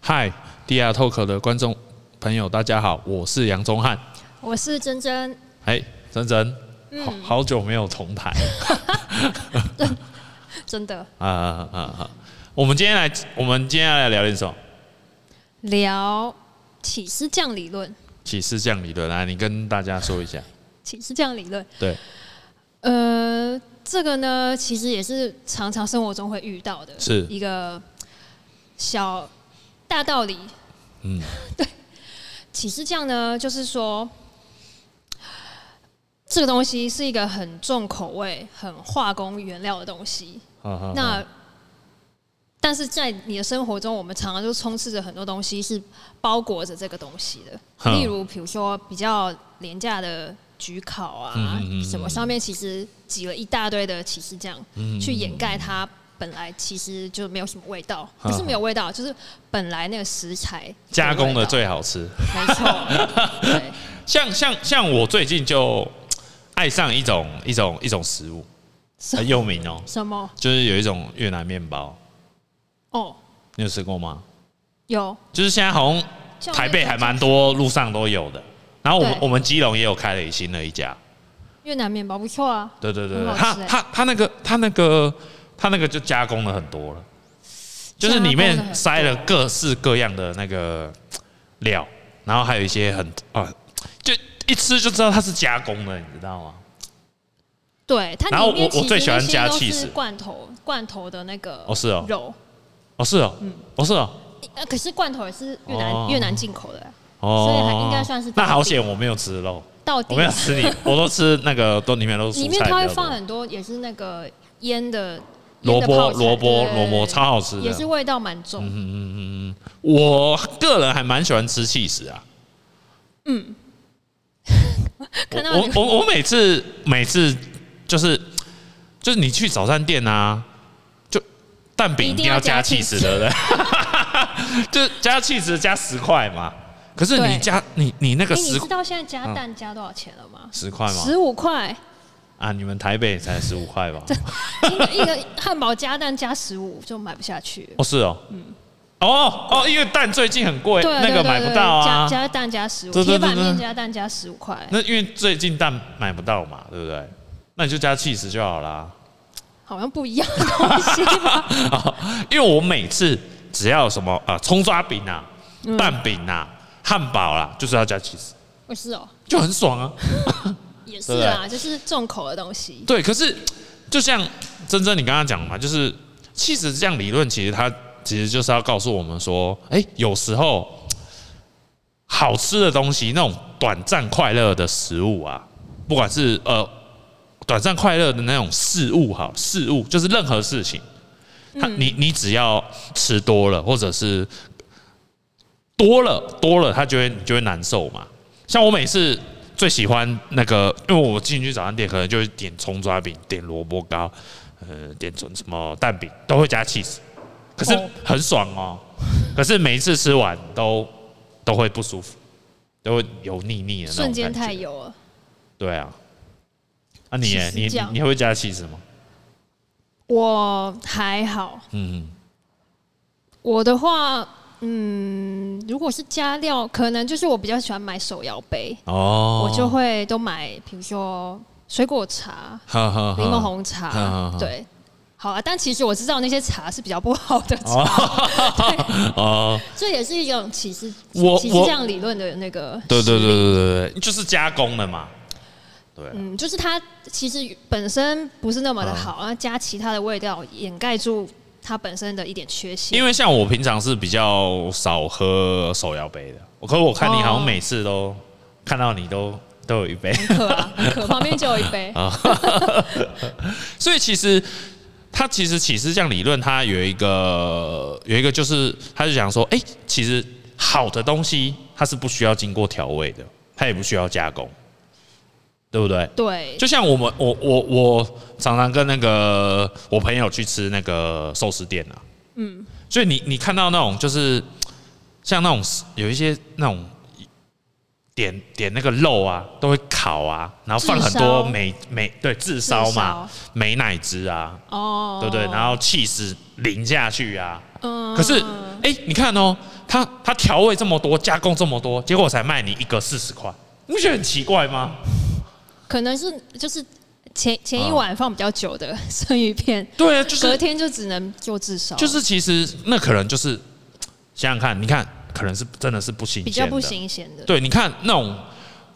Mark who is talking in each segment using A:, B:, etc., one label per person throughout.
A: 嗨，DR Talk 的观众朋友，大家好，我是杨宗翰。
B: 我是珍珍，
A: 哎，珍珍，
B: 嗯
A: 好好久没有同台
B: 真的
A: 啊啊啊！啊我们今天来，我们今天要来聊点什么？
B: 聊起司酱理论。
A: 起司酱理论，来，你跟大家说一下。
B: 起司酱理论，
A: 对，
B: 呃，这个呢，其实也是常常生活中会遇到的，
A: 是
B: 一个小大道理。
A: 嗯，
B: 起司酱呢，就是说这个东西是一个很重口味、很化工原料的东西。
A: 好好好
B: 那但是在你的生活中，我们常常就充斥着很多东西是包裹着这个东西的，
A: 哼
B: 例如比如说比较廉价的焗烤啊
A: 嗯嗯嗯，嗯
B: 什么上面其实挤了一大堆的起司酱
A: 嗯
B: 去掩盖它。本来其实就没有什么味道，
A: 哼
B: 不是没有味道，就是本来那个食材
A: 加工的
B: 味道
A: 最好吃。
B: 没错，对，
A: 像像像我最近就爱上一种一种一种食物，
B: 什
A: 很有名哦，
B: 什么
A: 就是有一种越南面包，
B: 哦，
A: 你有吃过吗？
B: 有
A: 就是现在好像
B: 叫
A: 台北还蛮
B: 越南
A: 多路上都有的，然后我们
B: 对
A: 我们基隆也有开了新的一家，
B: 越南面包不错啊，
A: 对对对，
B: 很
A: 对
B: 好
A: 它
B: 吃欸
A: 它它那个它那个它那个就加工了很多了，就是里
B: 加工了很
A: 面
B: 多
A: 塞了各式各样的那个料，然后还有一些很啊，就一吃就知道它是加工的，你知道吗？
B: 对，它
A: 然后
B: 里面
A: 我我
B: 其
A: 最
B: 实
A: 喜欢
B: 那些
A: 加
B: 都是
A: cheese
B: 罐头罐头的那个
A: 哦是哦
B: 肉，
A: 哦是哦，
B: 嗯
A: 哦是哦，
B: 呃，可是罐头也是越南、
A: 哦
B: 越南进口的啊，
A: 哦，
B: 所以还应该算是
A: 那好
B: 当地
A: 险我没有吃肉，
B: 到
A: 我
B: 底
A: 没有吃你，我都吃那个 都里面都是
B: 里
A: 蔬
B: 面
A: 菜比
B: 它会
A: 较
B: 放
A: 多，
B: 很多也是那个腌的腌
A: 萝
B: 的
A: 卜
B: 泡菜
A: 萝卜
B: 对对对
A: 萝卜超好吃的，嗯
B: 也是味道蛮重，
A: 我个人还蛮喜欢吃气食啊。
B: 看到
A: 我
B: 你
A: 我我我每次每次就是就是你去早餐店啊，就蛋饼
B: 一
A: 一
B: 定
A: 定要
B: 要加
A: 加气
B: cheese
A: 食，对不 对？就是加气食加十块嘛。可是你
B: 对
A: 加你你那个
B: 哎，
A: 十嗯
B: 你知道现在加蛋加多少钱了吗？
A: 十块吗？
B: 十五块，
A: 啊，你们台北才十五块吧？
B: 一个一个汉堡加蛋加十五就买不下去了。
A: 哦，是哦。哦哦，因为蛋最近很贵，
B: 嗯对 啊，
A: 那
B: 对
A: 个
B: 对
A: 买不
B: 对
A: 到啊
B: 加。加蛋加十五，
A: 对对
B: 铁
A: 对
B: 板面
A: 对
B: 加蛋加十五块，
A: 那因为最近蛋买不到嘛，对不对？那你就加气食就好啦。
B: 好像不一样的东 西吧？
A: 因为我每次只要有什么啊，葱抓饼啊、蛋饼啊、汉堡啦、就是要加 cheese，
B: 不是哦，
A: 就很爽啊。
B: 也是啊，就是重口的东西。
A: 对，可是就像珍珍你刚刚讲嘛，就是 cheese 这样理论，其实它其实就是要告诉我们说，哎，有时候好吃的东西，那种短暂快乐的食物啊，不管是呃短暂快乐的那种事物好，事物就是任何事情，它你你只要吃多了，或者是呃多了多了，它就会你就会难受嘛。像我每次最喜欢那个，因为我进去早餐店可能就会点葱抓饼、点萝卜糕，呃，点什什么蛋饼都会加 cheese，可是
B: 哦
A: 很爽哦。可是每一次吃完都都会不舒服，都会油腻腻的那种
B: 瞬间
A: 感觉
B: 太油了。
A: 对啊，啊你耶
B: 起司
A: 你你
B: 酱
A: 你会加 cheese 吗？
B: 我还好，
A: 嗯，
B: 我的话，嗯，如果是加料，可能就是我比较喜欢买手摇杯，
A: 哦，
B: 我就会都买，比如说水果茶、
A: 呵呵呵
B: 柠檬
A: 嗯
B: 红
A: 嗯
B: 茶
A: 嗯，
B: 对。好啊，但其实我知道那些茶是比较不好的 茶，
A: 哦，
B: 这也是一种歧视，
A: 我
B: 歧视
A: 我
B: 这样理论的那个，
A: 对对对对对对，就是加工的嘛。对啊，
B: 嗯，就是它其实本身不是那么的好，然后加其他的味道掩盖住它本身的一点缺陷。
A: 因为像我平常是比较少喝手摇杯的，我可是我看你好像每次
B: 哦
A: 都看到你都都有一杯
B: 可啊，可旁边就有一杯，
A: 啊， 所以其实。它其实起司酱理论，它有一个有一个就是，他就讲说，哎、其实好的东西它是不需要经过调味的，它也不需要加工，对不对？
B: 对，
A: 就像我们，我我我常常跟那个我朋友去吃那个寿司店啊，嗯，所以你你看到那种就是像那种有一些那种点点那个肉啊，都会烤啊，然后放很多
B: 炙烧
A: 美美对炙烧嘛
B: 炙，
A: 美乃滋啊，
B: 哦，
A: 对不对？然后气死淋下去啊，
B: 嗯
A: 可是哎、你看哦，它它调味这么多，加工这么多，结果我才卖你一个四十块，你不觉得很奇怪吗？
B: 可能是就是前前一晚放比较久的 生鱼片，
A: 对啊啊，就
B: 隔
A: 是
B: 天就只能做炙烧，
A: 就是，其实那可能就是想想看，你看可能是真的是不新鲜，
B: 比较不。新鲜的。
A: 对，你看那种，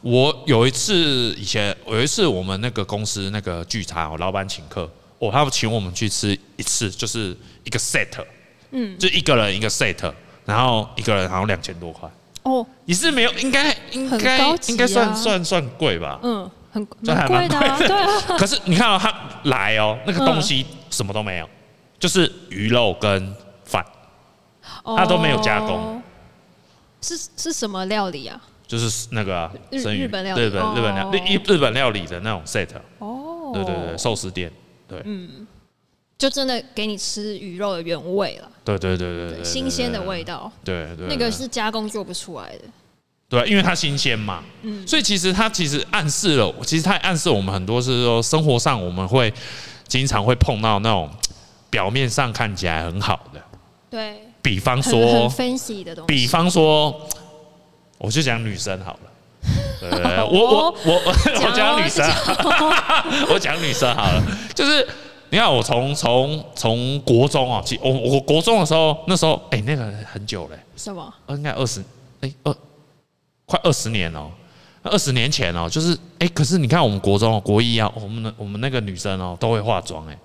A: 我有一次以前有一次我们那个公司那个聚餐，我老板请客，哦，他们请我们去吃一次，就是一个 set，嗯，就一个人一个 set，然后一个人好像两千多块，
B: 哦，
A: 也是没有，应该应该、
B: 很高级啊
A: 应该算算算贵吧。
B: 嗯，很
A: 这还
B: 蛮贵的、啊，
A: 蛮贵的
B: 对啊，
A: 可是你看到、他来哦，那
B: 嗯
A: 个东西什么都没有，就是鱼肉跟饭，它都没有加工
B: 哦。是是什么料理啊？
A: 就是那个啊
B: 日
A: 生鱼
B: 日本料理
A: 日本日本料
B: 哦
A: 日日本料理的那种 set，
B: 哦，嗯
A: 对对对，，寿司店，对。
B: 就真的给你吃鱼肉的原味了，
A: 对对对对对对，
B: 新鲜的味道，
A: 对，对对，
B: 那个
A: 对
B: 是加工做不出来的。
A: 对，啊因为它新鲜嘛，
B: 嗯
A: 所以其实它其实暗示了，其实它也暗示我们很多是说生活上我们会经常会碰到那种表面上看起来很好的，
B: 对，
A: 比方
B: 很很
A: 说，
B: fancy 的东西。
A: 比方说，我就讲女生好 了。对对对，我我我我我哦讲哦女生，啊 我讲女生好了，就是你看我从从从国中哦，其我我国中的时候，那时候哎、那个很久嘞、
B: 什么？
A: 呃应该二十，哎，二快二十年哦，二十年前哦，就是哎、可是你看我们国中、哦、国一啊，我们的我们那个女生哦，都会化妆哎、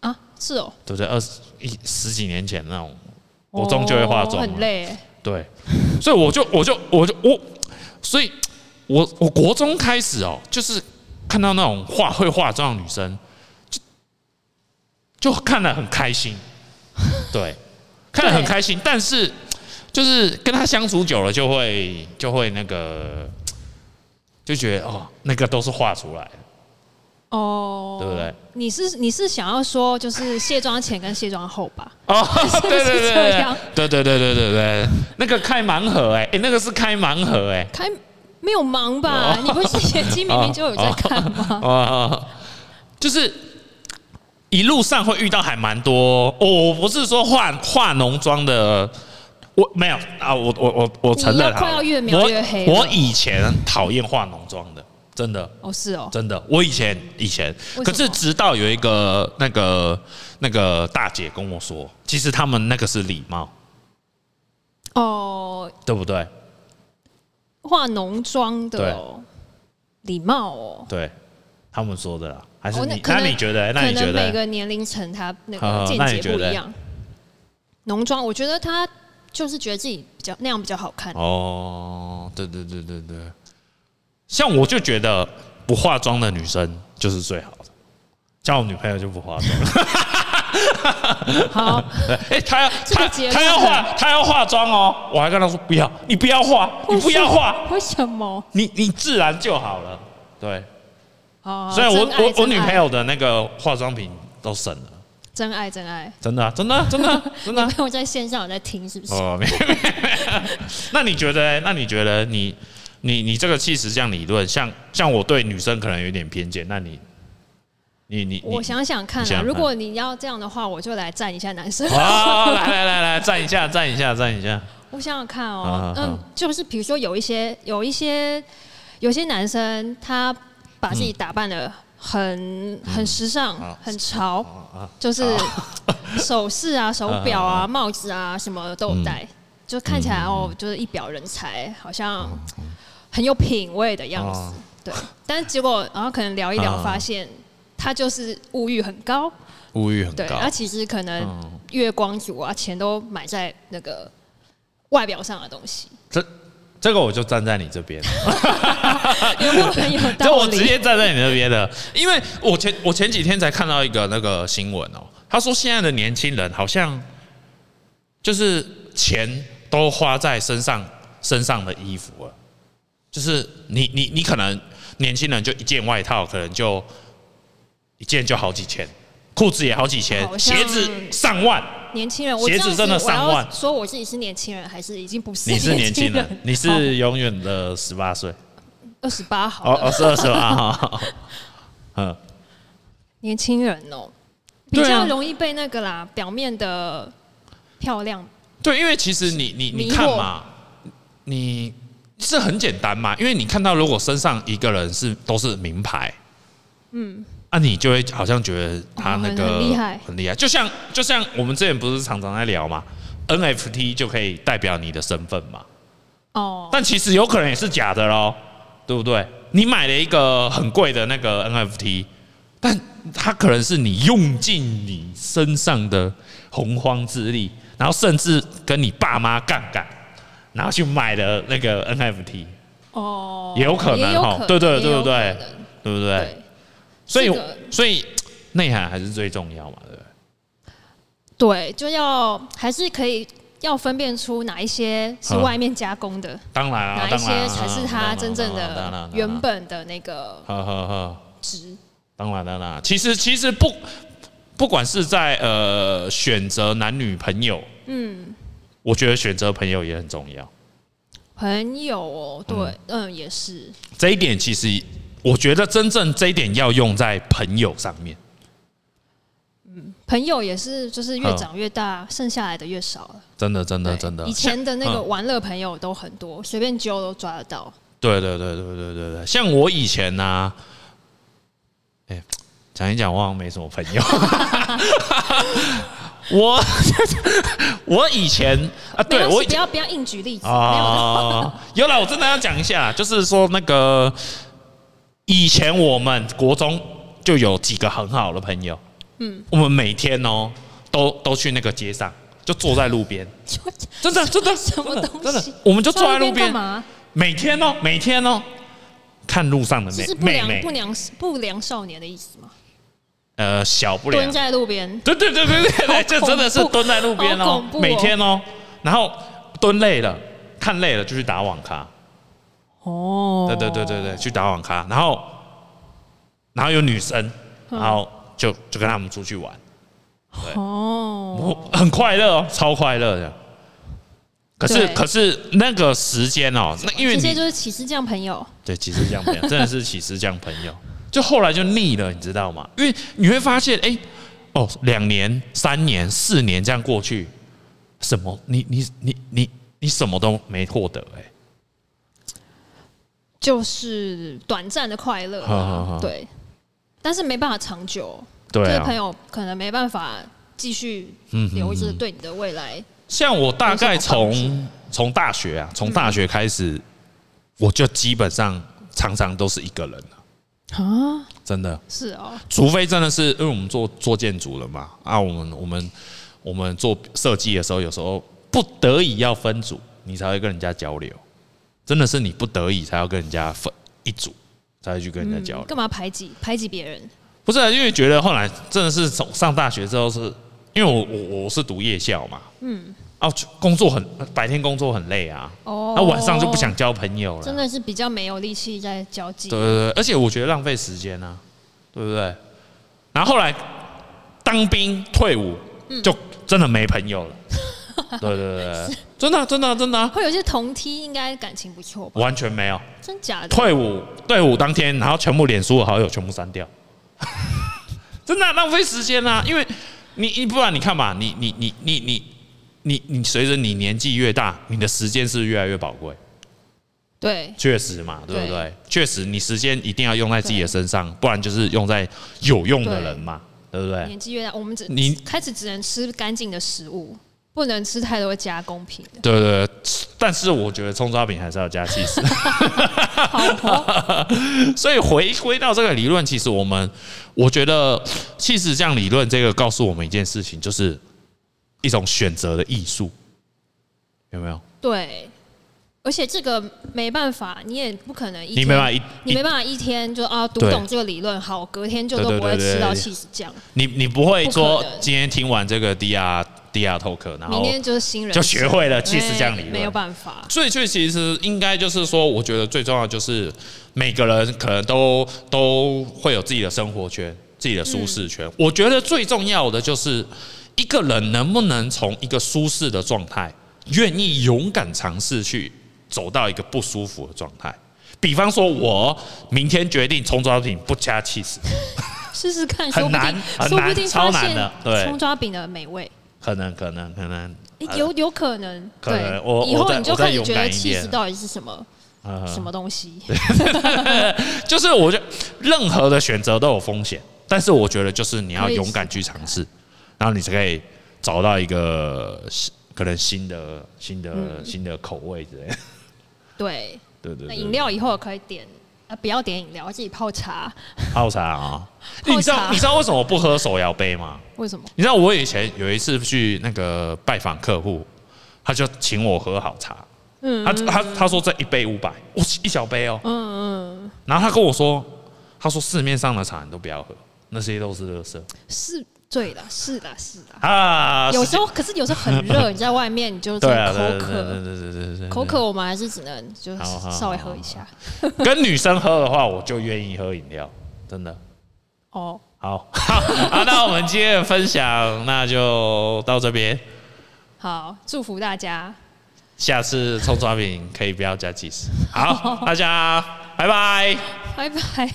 B: 啊，是哦，
A: 对不对？二十一十几年前那种，国中就会化妆
B: 哦
A: 了、
B: 很累耶。
A: 对，所以我就我就我就我，所以我我国中开始哦，就是看到那种化会化妆的女生，就就看得很开心，对，看得很开心，但是就是跟她相处久了，就会就会那个。就觉得哦，那个都是画出来的，
B: 哦，
A: 对不对？
B: 你是你是想要说，就是卸妆前跟卸妆后吧？
A: 哦，对对对
B: 这
A: 对
B: 样
A: 对对对对对对，那个开盲盒哎、哎、那个是开盲盒哎、
B: 开没有忙
A: 哦
B: 吧？你不是眼睛明明就有在 看吗？哦
A: 啊，就是一路上会遇到还蛮多。哦，我不是说化化浓妆的，我没有啊，我我我我承认
B: 你要快
A: 好了
B: 要越描越黑了
A: 我我以前讨厌化浓妆的，真的。
B: 哦，是哦，
A: 真的，我以前以前，
B: 为什么
A: 可是直到有一个那个那个大姐跟我说，其实他们那个是礼貌，
B: 哦，
A: 对不对？
B: 化浓妆的哦，礼貌哦。
A: 对，他们说的啦，还是
B: 哦
A: 你？
B: 可能
A: 你觉得？那你
B: 可
A: 觉
B: 能每
A: 得？
B: 个年龄层他那
A: 好好
B: 个见
A: 那你
B: 解
A: 觉
B: 不
A: 得
B: 一样。浓妆，我觉得他就是觉得自己比较那样比较好看。
A: 哦，对对对对对，像我就觉得不化妆的女生就是最好的，像我女朋友就不化 妆，
B: 好，
A: 哎、她要
B: 这个
A: 她
B: 结论
A: 她要化她要化妆哦，我还跟她说不要，你不要化， 你不要化，
B: 为什么？
A: 你你自然就好了。对，
B: 哦，
A: 所以我
B: 真爱
A: 我我
B: 真
A: 女
B: 爱
A: 朋友的那个化妆品都省了，
B: 真爱真爱，
A: 真的啊、真的啊、真的啊、真的啊、
B: 女朋友在线上有在听是不是？
A: 哦，没有。没有 那你觉得欸？那你觉得你你你这个气质这样理论，像像我对女生可能有点偏见，那你你你
B: 我
A: 你
B: 想想看
A: 你想
B: 啊，
A: 想看
B: 如果你要这样的话，我就来赞一下男生。
A: 啊，来来来来，站一下，站一下，站一下。
B: 我想想看
A: 好好
B: 哦
A: 啊好，
B: 嗯，就是比如说有一些有一些有些男生，他把自己打扮的很很时尚
A: 嗯好、
B: 很潮，就是 首饰 啊、手表啊、帽子啊什么都有
A: 嗯
B: 戴，就看起来哦，就是一表人才，好像很有品味的样子
A: 嗯哦。
B: 对，但是结果然后可能聊一聊，
A: 嗯
B: 发现他就是物欲很高，
A: 物欲很
B: 对，
A: 高
B: 他，其实可能
A: 嗯，
B: 月光族啊，钱都买在那个外表上的东西，
A: 这这个我就站在你这边，
B: 有没有很有
A: 这
B: 道
A: 啊我直
B: 理？
A: 接站在你那边 的，因为我前我前几天才看到一个那个新闻哦，他说现在的年轻人好像就是钱都花在身上身上的衣服了，就是你你你可能年轻人就一件外套，可能就一件就好几千，裤子也好几千，
B: 好像
A: 鞋子上万。
B: 年轻人，我
A: 鞋子
B: 这样子
A: 真的
B: 我
A: 上
B: 要
A: 万
B: 说我自己是年轻人，还是已经不是？
A: 你是年
B: 年
A: 轻人
B: 人，，哦
A: 你是永远的十八岁，
B: 二十八
A: 哦
B: 好
A: 哦
B: 了，
A: 是二十八，好好好嗯，
B: 年轻人哦，比
A: 对啊
B: 较容易被那个啦，表面的漂亮
A: 对，因为其实你你你
B: 迷惑
A: 看嘛，你这很简单嘛，因为你看到如果身上一个人是都是名牌，
B: 嗯，
A: 啊，你就会好像觉得他
B: 哦
A: 那
B: 很
A: 个
B: 很厉害
A: 很厉害。就像就像我们之前不是常常在聊嘛，NFT 就可以代表你的身份嘛，
B: 哦，
A: 但其实有可能也是假的喽，对不对？你买了一个很贵的那个 NFT，但它可能是你用尽你身上的洪荒之力，然后甚至跟你爸妈杠杆，然后去买了那个 NFT，
B: 哦，
A: 也有可能
B: 也有
A: 哈
B: 可
A: 对对
B: 也
A: 对
B: 有
A: 不哎对
B: 可能
A: 对不对？
B: 对，
A: 所以
B: 这个
A: 所以内涵还是最重要嘛，对不对？
B: 对，就要还是可以要分辨出哪一些是
A: 嗯
B: 外面加工的，
A: 当然啊，
B: 哪一
A: 当然
B: 些
A: 啊
B: 才是它真正
A: 当然啊当然啊
B: 的
A: 当然啊
B: 原本的那个
A: 呵呵呵。
B: 值。
A: 当然，当然，其实其实不不管是在呃选择男女朋友，
B: 嗯，
A: 我觉得选择朋友也很重要。
B: 朋友哦，对，嗯，也是，
A: 这一点其实我觉得真正这一点要用在朋友上面。
B: 朋友也是，就是越
A: 嗯
B: 长越大，剩下来的越少了。
A: 真的，真的，
B: 对
A: 真的。
B: 以前的那个
A: 像，嗯
B: 玩乐朋友都很多，随便揪都抓得到。
A: 对对对对对对对，像我以前呢、啊，哎、讲一讲，我好像没什么朋 友。我 我以前啊，
B: 没
A: 对
B: 关系
A: 我以
B: 不
A: 前
B: 要不要硬举例子，
A: 啊
B: 没有的。
A: 哦，有啦，我真的要讲一下，就是说那个以前我们国中就有几个很好的朋友，嗯，我们每天哦都都去那个街上，就坐在路 边，真的真的
B: 什么东西
A: 真的，真的我们就坐在路边
B: 干，嘛？
A: 每天哦每天哦看路上的
B: 这是不
A: 妹妹
B: 良
A: 妹
B: 不，良不良少年的意思吗？
A: 呃小不良
B: 蹲，在路边，
A: 对对对对对对，
B: 好
A: 就
B: 恐
A: 真的是
B: 怖
A: 蹲在路边
B: 好
A: 哦
B: 恐怖，哦
A: 每天哦，然后蹲累了看累了就去打网咖。
B: 哦
A: 对对对对对，去打网咖，然后然后有女生，
B: 嗯
A: 然后就就跟他们出去玩，
B: 哦，
A: 我很快乐哦，超快乐的。可是
B: 对
A: 可是那个时间哦，那因为
B: 这些
A: 你
B: 就是歧视这样朋友，
A: 对几次这样朋友，真的是几次这样朋友，就后来就腻了，你知道吗？因为你会发现，哎，哦，两年、三年、四年这样过去，什么？你你你你你什么都没获得，哎，
B: 就是短暂的快乐
A: 好好好
B: 啊，对，但是没办法长久，哦
A: 对
B: 这
A: 啊嗯
B: 个朋友可能没办法继续留着，对你的未来
A: 像我大概
B: 有什么
A: 从从大学啊，从大学开始，我就基本上常常都是一个人了，
B: 啊，
A: 真的。
B: 是哦，
A: 除非真的是因为我们做做建筑了嘛，啊，我们我们我们做设计的时候，有时候不得已要分组，你才会跟人家交流。真的是你不得已才要跟人家分一组，才会去跟人家交流。
B: 嗯干嘛排挤排挤别人？
A: 不是、啊，因为觉得后来真的是从上大学之后是，因为我我我是读夜校嘛，嗯，啊，就工作很白天工作很累啊，
B: 哦
A: 那、晚上就不想交朋友了，
B: 真的是比较没有力气在交际
A: 对，对对，而且我觉得浪费时间啊，对不对？然后后来当兵退伍，
B: 嗯
A: 就真的没朋友了，对对对 对，真的啊真的啊真的啊、
B: 会有一些同梯，应该感情不错吧？
A: 完全没有。
B: 真假的？
A: 退伍队伍当天，然后全部脸书的好友全部删掉， 真的啊、浪费时间啊！因为你你不然你看嘛，你你你你你你你随着你年纪越大，你的时间是越来越宝贵，
B: 对，
A: 确实嘛，对不对？
B: 对
A: 确实，你时间一定要用在自己的身上，不然就是用在有用的人嘛，对不对？
B: 年纪越大，我们只
A: 你。
B: 开始只能吃干净的食物，不能吃太多加工品的
A: 对对对，但是我觉得葱抓饼还是要加气势。
B: 好哦，
A: 所以回归到这个理论，其实我们我觉得气质这样理论，这个告诉我们一件事情，就是一种选择的艺术，有没有？
B: 对，而且这个没办法，你也不可能一
A: 你
B: 天
A: 没办法一，
B: 你
A: 一
B: 没办法一天就啊读
A: 对
B: 懂这个理论，好，隔天就
A: 对
B: 都
A: 对
B: 不会
A: 对对
B: 吃到
A: 对
B: 气死酱，
A: 你你不会
B: 不
A: 说
B: 可能
A: 今天听完这个 DR DR talk，然
B: 明
A: 后
B: 天就是新人
A: 就学会了气死
B: 对
A: 酱理论
B: 没有办法，
A: 所以，所以其实应该就是说，我觉得最重要就是每个人可能都都会有自己的生活圈、自己的舒适圈。我觉得最重要的就是一个人能不能从一个舒适的状态，愿意勇敢尝试去走到一个不舒服的状态。比方说，我明天决定冲抓饼不加 cheese，
B: 试试看，
A: 很
B: 说不
A: 难
B: 定
A: 很
B: 说
A: 难
B: 不定
A: 超
B: 发
A: 难
B: 现
A: 的对
B: 葱抓饼的美味。
A: 可能可能可能
B: 诶有有可能，
A: 可能
B: 对
A: 我，
B: 以
A: 我
B: 后
A: 再
B: 你就
A: 我再
B: 开始
A: 勇
B: 觉
A: 敢
B: 得
A: 一
B: 气
A: 点
B: 质到底是什么
A: 嗯
B: 什么东西，
A: 就是我觉得任何的选择都有风险，但是我觉得就是你要
B: 可以
A: 勇敢去尝试，然后你才可以找到一个新可能新的新的、新的口味之类的。
B: 对，
A: 对对
B: 嗯那
A: 对，
B: 饮料以后可以点，啊，不要点饮料，自己泡茶。
A: 泡茶啊、
B: 泡
A: 你知道
B: 茶
A: 你知道为什么我不喝手摇杯吗？
B: 为什么？
A: 你知道我以前有一次去那个拜访客户，他就请我喝好茶，
B: 嗯
A: 他他他说这一杯五百，我一小杯哦，
B: 嗯嗯，
A: 然后他跟我说，他说市面上的茶你都不要喝，那些都是垃圾
B: 是对的，是的，是的。
A: 啊。
B: 有
A: 是
B: 时候，可是有时 候很热，你在外面你就真
A: 对啊，
B: 的
A: 对对
B: 口渴，
A: 对对对对对，
B: 口渴我们还是只能就是
A: 好好
B: 稍微喝一下。
A: 跟女生喝的话，我就愿意喝饮料，真的。
B: 哦，
A: 好， 好，那我们今天的分享那就到这边。
B: 好，祝福大家，
A: 下次葱抓饼可以不要加鸡丝。好，大家拜拜。
B: 拜拜。